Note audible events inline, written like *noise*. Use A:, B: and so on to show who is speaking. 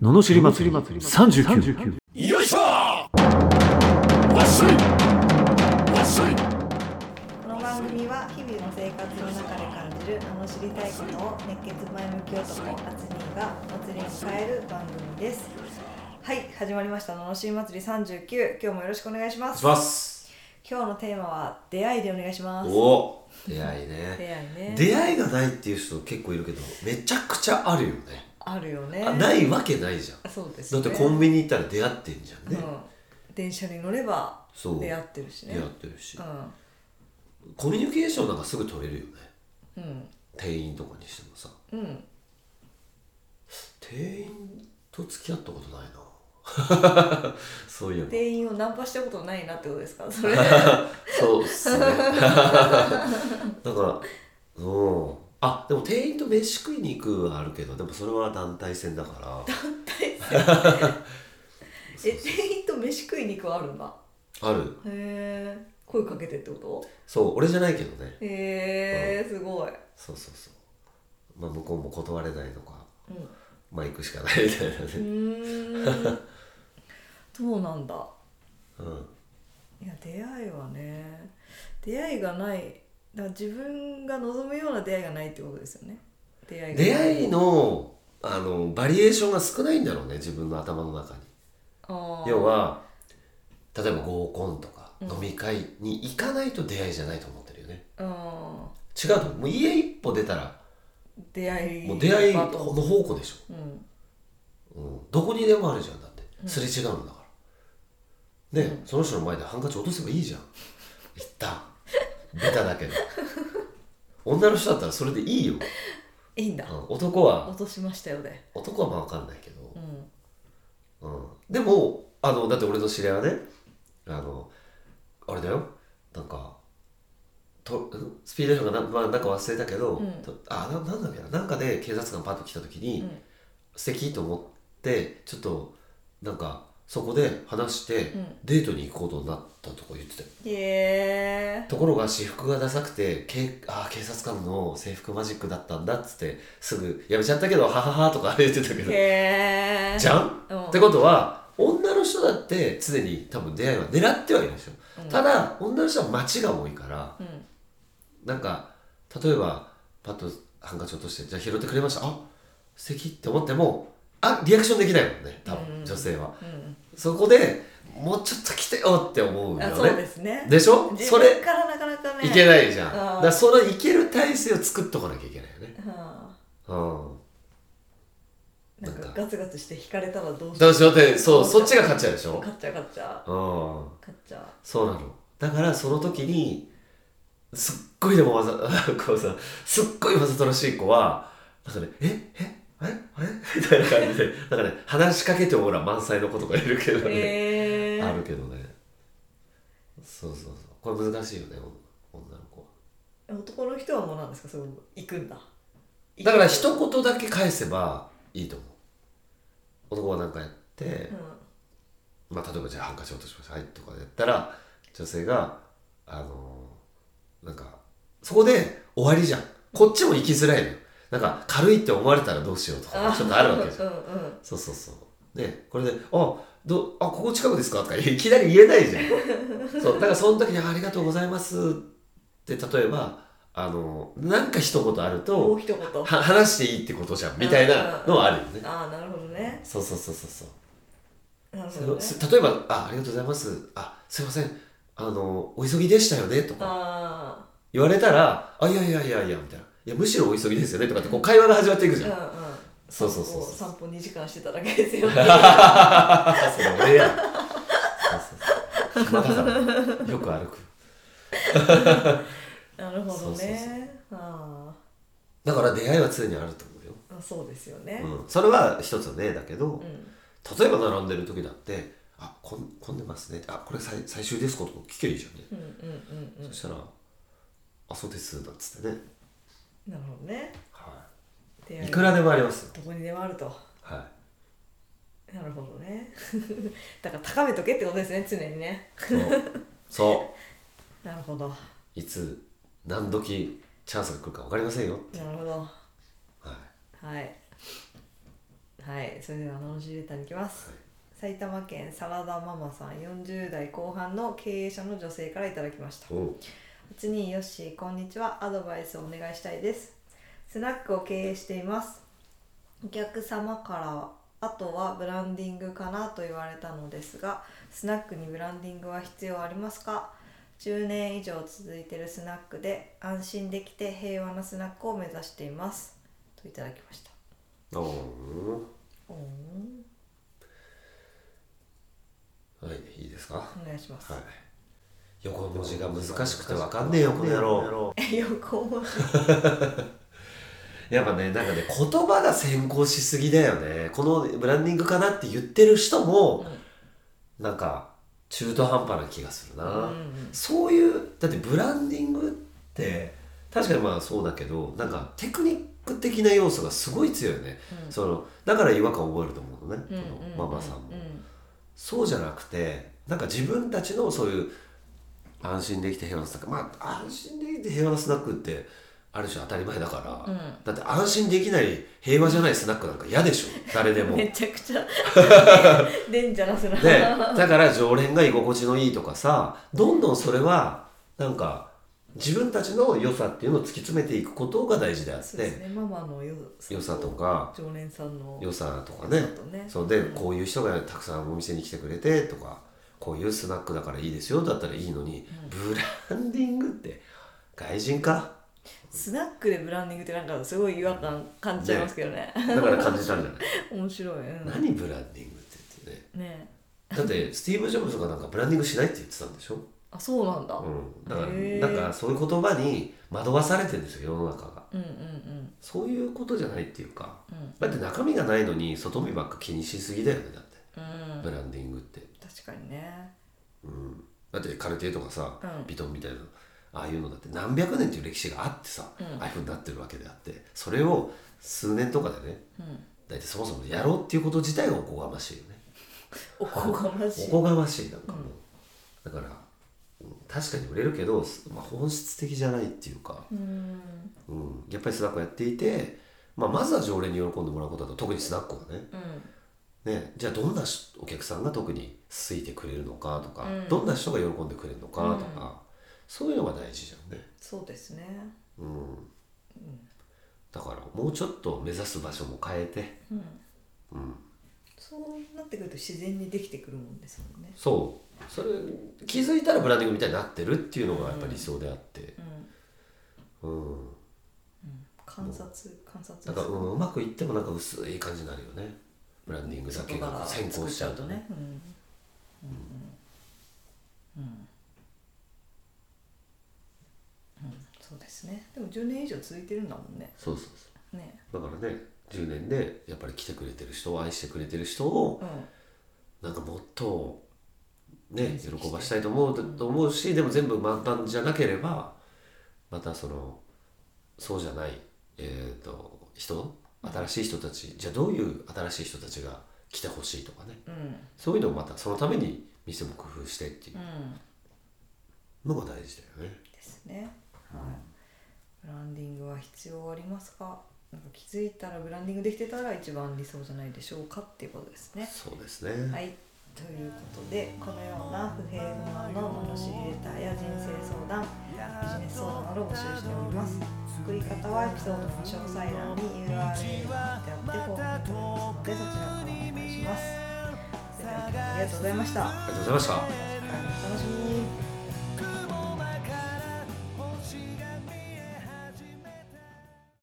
A: ののしり祭り39
B: よいしょわっしょいわっしょい
C: この番組は日々の生活の中で感じるあの知りたいことを熱血前向き男アツニーがお祭りに変える番組ですはい始まりました「ののしり祭り39」今日もよろしくお願いします
B: します
C: 今日のテーマは出会いでお願いします
B: お出会いね
C: 出会いね
B: 出会いがないっていう人結構いるけどめちゃくちゃあるよね、
C: あるよね
B: あないわけないじゃん
C: そうです
B: だっ
C: ね
B: てコンビニ行ったら出会ってんじゃんね、
C: うん、電車に乗れば
B: そう
C: 出会ってるしね
B: 出会ってるし、
C: うん
B: コミュニケーションなんかすぐ取れるよね
C: うん
B: 店員とかにしてもさ
C: うん
B: 店員と付き合ったことないな *laughs* そういうの
C: 店員をナンパしたことないなってことですかそ
B: *laughs*
C: れ
B: そうっ
C: *laughs*
B: すねだからうんあでも店員と飯食いに行くはあるけどでもそれは団体戦だか
C: え店員と飯食いに行くはあるんだ *laughs*
B: らある
C: へえ声かけてってこと
B: そう俺じゃないけどね
C: へえすごい、
B: そうそうそうまあ向こうも断れないとか
C: うん、
B: まあ行くしかないみたいな
C: う
B: ね
C: ーんそうなんだ
B: うん
C: いや出会いはね出会いがないだから自分が望むような出会いがないってことですよね出会いが
B: 出会い
C: い
B: のあのバリエーションが少ないんだろうね自分の頭の中に
C: あー
B: 要は例えば合コンとか飲み会に行かないと出会いじゃないと思ってるよね、
C: あ
B: 違うと思うもう家一歩出たら
C: ー出会い
B: もう出会い
C: 場
B: の
C: と
B: 宝庫でし
C: うん
B: ょ、うん、どこにでもあるじゃんだってすれ違うんだからね、その人の前でハンカチ落とせばいいじゃん言ったベタだけど *laughs* 女の人だったらそれでいいよ、
C: いいんだ
B: うん男は
C: 落としましたよね
B: 男はまあ分かんないけど、
C: うん
B: うん、でもあのだって俺の知り合いはねあのあれだよなんかとスピード違反がな,、まあ、なんか忘れたけど、
C: うん
B: とあななんだっけななんかで警察官パッと来た時に、
C: うん
B: 素敵と思ってちょっとなんかそこで話して、
C: うん
B: デートに行こうとなったとか言ってたよ
C: へえ
B: ところが私服がダサくてけあー警察官の制服マジックだったんだっつってすぐやめちゃったけどはははとか言ってたけど
C: へえ
B: じゃん
C: うん
B: ってことは女の人だって常に多分出会いは狙ってはいるんですよ、
C: うん
B: ただ女の人は街が多いから
C: うん
B: なんか例えばパッとハンカチ落としてじゃあ拾ってくれましたあ素敵って思ってもあリアクションできないもんね多
C: うんうんう
B: 分
C: ん
B: 女性は
C: うん
B: そこでもうちょっと来てよって思う
C: あ
B: よ
C: そうで
B: ね
C: すね
B: でしょ
C: 自
B: それ
C: 分からなかなかね
B: いけないじゃん
C: うん
B: だからそのいける体制を作っとかなきゃいけないよね
C: うん
B: う
C: なんか
B: なんか
C: ガツガツして引かれたらどうんし
B: ど
C: よ
B: うしようってそうそっちが勝っちゃうでし
C: う
B: ょ
C: ガッチャガッチャ
B: うん
C: ガッチャ
B: そうなのだからその時にすっごいでもわざ *laughs* こうさすっごいわざとらしい子はなんかね「ええあれあれ?」 *laughs* みたいな感じでなんかね話しかけてもらう満載の子とかいるけどね、
C: へえ
B: あるけどねそうそうそうこれ難しいよね女女の子は
C: 男の人はもうなんですかそれ行くんだ
B: だから一言だけ返せばいいと思う男は何かやって、
C: う
B: まあ、例えばじゃあハンカチ落としましたはいとかやったら女性があのーなんかそこで終わりじゃんこっちも行きづらいのよなんか軽いって思われたらどうしようとか
C: ん
B: ちょっとあるわけじゃん
C: うんうん
B: そうそうそうねこれで「あどあここ近くですか?」とかいきなり言えないじゃんそうだからその時に「あありがとうございます」って例えばあのなんか一言ある
C: も
B: と
C: う一言
B: は話していいってことじゃんみたいなのはあるよね
C: ああなるほどね
B: そうそうそうそうそう
C: なる
B: そ
C: ほ
B: の
C: どね
B: す例えば「あありがとうございます」あ「すいませんあのお急ぎでしたよね」とか
C: あ
B: 言われたら「あいやいやいやいや」みたいな「いやむしろお急ぎですよね」とかってこう会話が始まっていく
C: あ
B: じ
C: うんう
B: ゃん、
C: ん
B: そうそうそうそう
C: 散歩二時間してただけですよ
B: *laughs* あそれ俺やそうそうそうまださよく歩く
C: なるほ
B: そ
C: ど
B: うそうそう
C: ねあ
B: だから出会いは常にあると思うよ、
C: ーあそうですよね
B: うん、それは一つの例だけど、
C: うん
B: 例えば並んでる時だって「あこん混んでますね」あこれ最最終ですか?」とか聞けばいいじゃんね、
C: うんうんうんうん
B: そしたら「あそうです」なんつってね、
C: なるほどね
B: は
C: 出
B: い、
C: 会
B: い
C: い
B: くらでもありますよ
C: どこにでもあると
B: はい
C: なるほどね *laughs* だから高めとけってことですね常にね
B: そうそ
C: なるほど
B: う *laughs* いつ何時チャンスが来るか分かりませんよ
C: なるほど
B: はい
C: はい。はい、それでは罵りレターに行きます。埼玉県サラダママさん40代後半の経営者の女性からいただきました
B: おう
C: 初によっしーこんにちはアドバイスをお願いしたいですスナックを経営していますお客様からあとはブランディングかなと言われたのですがスナックにブランディングは必要ありますか10年以上続いているスナックで安心できて平和なスナックを目指していますといただきました
B: お
C: おーん
B: うはいいいですかは
C: お願いします、
B: い横文字が難しくてわかんねえよこの野郎
C: *laughs* 横文字
B: やっぱねなんかね言葉が先行しすぎだよねこのブランディングかなって言ってる人もなんか中途半端な気がするな、
C: うん
B: そういうだってブランディングって確かにまあそうだけどなんかテクニック的な要素がすごい強いよね、
C: うん
B: そのだから違和感を覚えると思うのね、
C: うんうん
B: こ
C: うんうん
B: のママさんも、
C: うん
B: そうじゃなくてなんか自分たちのそういう安心できて平和なスナックまあ安心できて平和なスナックってある種当たり前だから、
C: うん
B: だって安心できない平和じゃないスナックなんか嫌でしょ誰で
C: *laughs*
B: も
C: めちゃ
B: *laughs*
C: くちゃデンジャラスな、
B: ね、だから常連が居心地のいいとかさどんどんそれはなんか自分たちの良さっていうのを突き詰めていくことが大事であっ
C: そうで
B: て、
C: すねママのよ
B: 良さとか
C: 常連さんの
B: 良さとかね
C: とね
B: そうでこういう人がたくさんお店に来てくれてとかこういうスナックだからいいですよだったらいいのに、ブランディングって外人か
C: スナックでブランディングってなんかすごい違和感感じちゃいますけどね
B: だから感じたんじゃない
C: 面白い、うん、
B: 何ブランディングって言ってね
C: ね
B: だってスティーブ・ジョブズがなんかブランディングしないって言ってたんでしょ
C: あそうなんだ、
B: うん、だから
C: へー
B: なんかそういう言葉に惑わされてるんですよ世の中が
C: うん、うんうん
B: そういうことじゃないっていうか
C: うん
B: だって中身がないのに外見ばっか気にしすぎだよねだって
C: うん
B: ブランディングって、
C: 確かにね
B: うん、だってカルテとかさ、
C: うん
B: ビトンみたいなああいうのだって何百年っていう歴史があってさ、
C: うん
B: ああいうふうになってるわけであってそれを数年とかでね
C: うん
B: だいたいそもそもやろうっていうこと自体がおこがましいよね
C: おこがましい
B: おこがましいなんかもう、だからうん確かに売れるけど、まあ、本質的じゃないっていうか、
C: うん
B: うん、やっぱりスナックをやっていて、まあ、まずは常連に喜んでもらうことだと特にスナックはね
C: うん
B: ねじゃあどんなしお客さんが特に好いてくれるのかとか、
C: うん
B: どんな人が喜んでくれるのかとか、
C: うん
B: そういうのが大事じゃんね、
C: そうですね
B: うんだからもうちょっと目指す場所も変えて、
C: うん
B: うん、
C: そうなってくると自然にできてくるもんですもんね
B: そうそれ気づいたらブランディングみたいになってるっていうのがやっぱり理想であって、
C: うん
B: うん、
C: 観察観察
B: なんか、うん、うまくいってもなんか薄い感じになるよねブランディングだけが先行しちゃうとね。
C: うんうんうんうんそうですねでも10年以上続いてるんだもんね
B: そうそうそう
C: ね
B: だからね10年でやっぱり来てくれてる人を愛してくれてる人を
C: う
B: なんかもっとね
C: うん
B: 喜ばしたいと思うと思うしでも全部満タンじゃなければまたそのそうじゃない、えー、と人新しい人たちじゃあどういう新しい人たちが来てほしいとかね
C: んうん
B: そういうのをまたそのために店も工夫してっていう
C: うん
B: のが大事だよね。
C: ですねはいブランディングは必要ありますかなんか気づいたらブランディングできてたら一番理想じゃないでしょうかっていうことですね
B: そうですね、
C: はい、ということでこのような不平不満の罵りレターや人生相談ビジネス相談などを募集しております送り方はエピソードの詳細欄に URL が貼ってあってフォームになっておりますのでそちらからお願いしますそれでは今日もありがとうございました
B: ありがとうございました
C: 次回もお楽しみに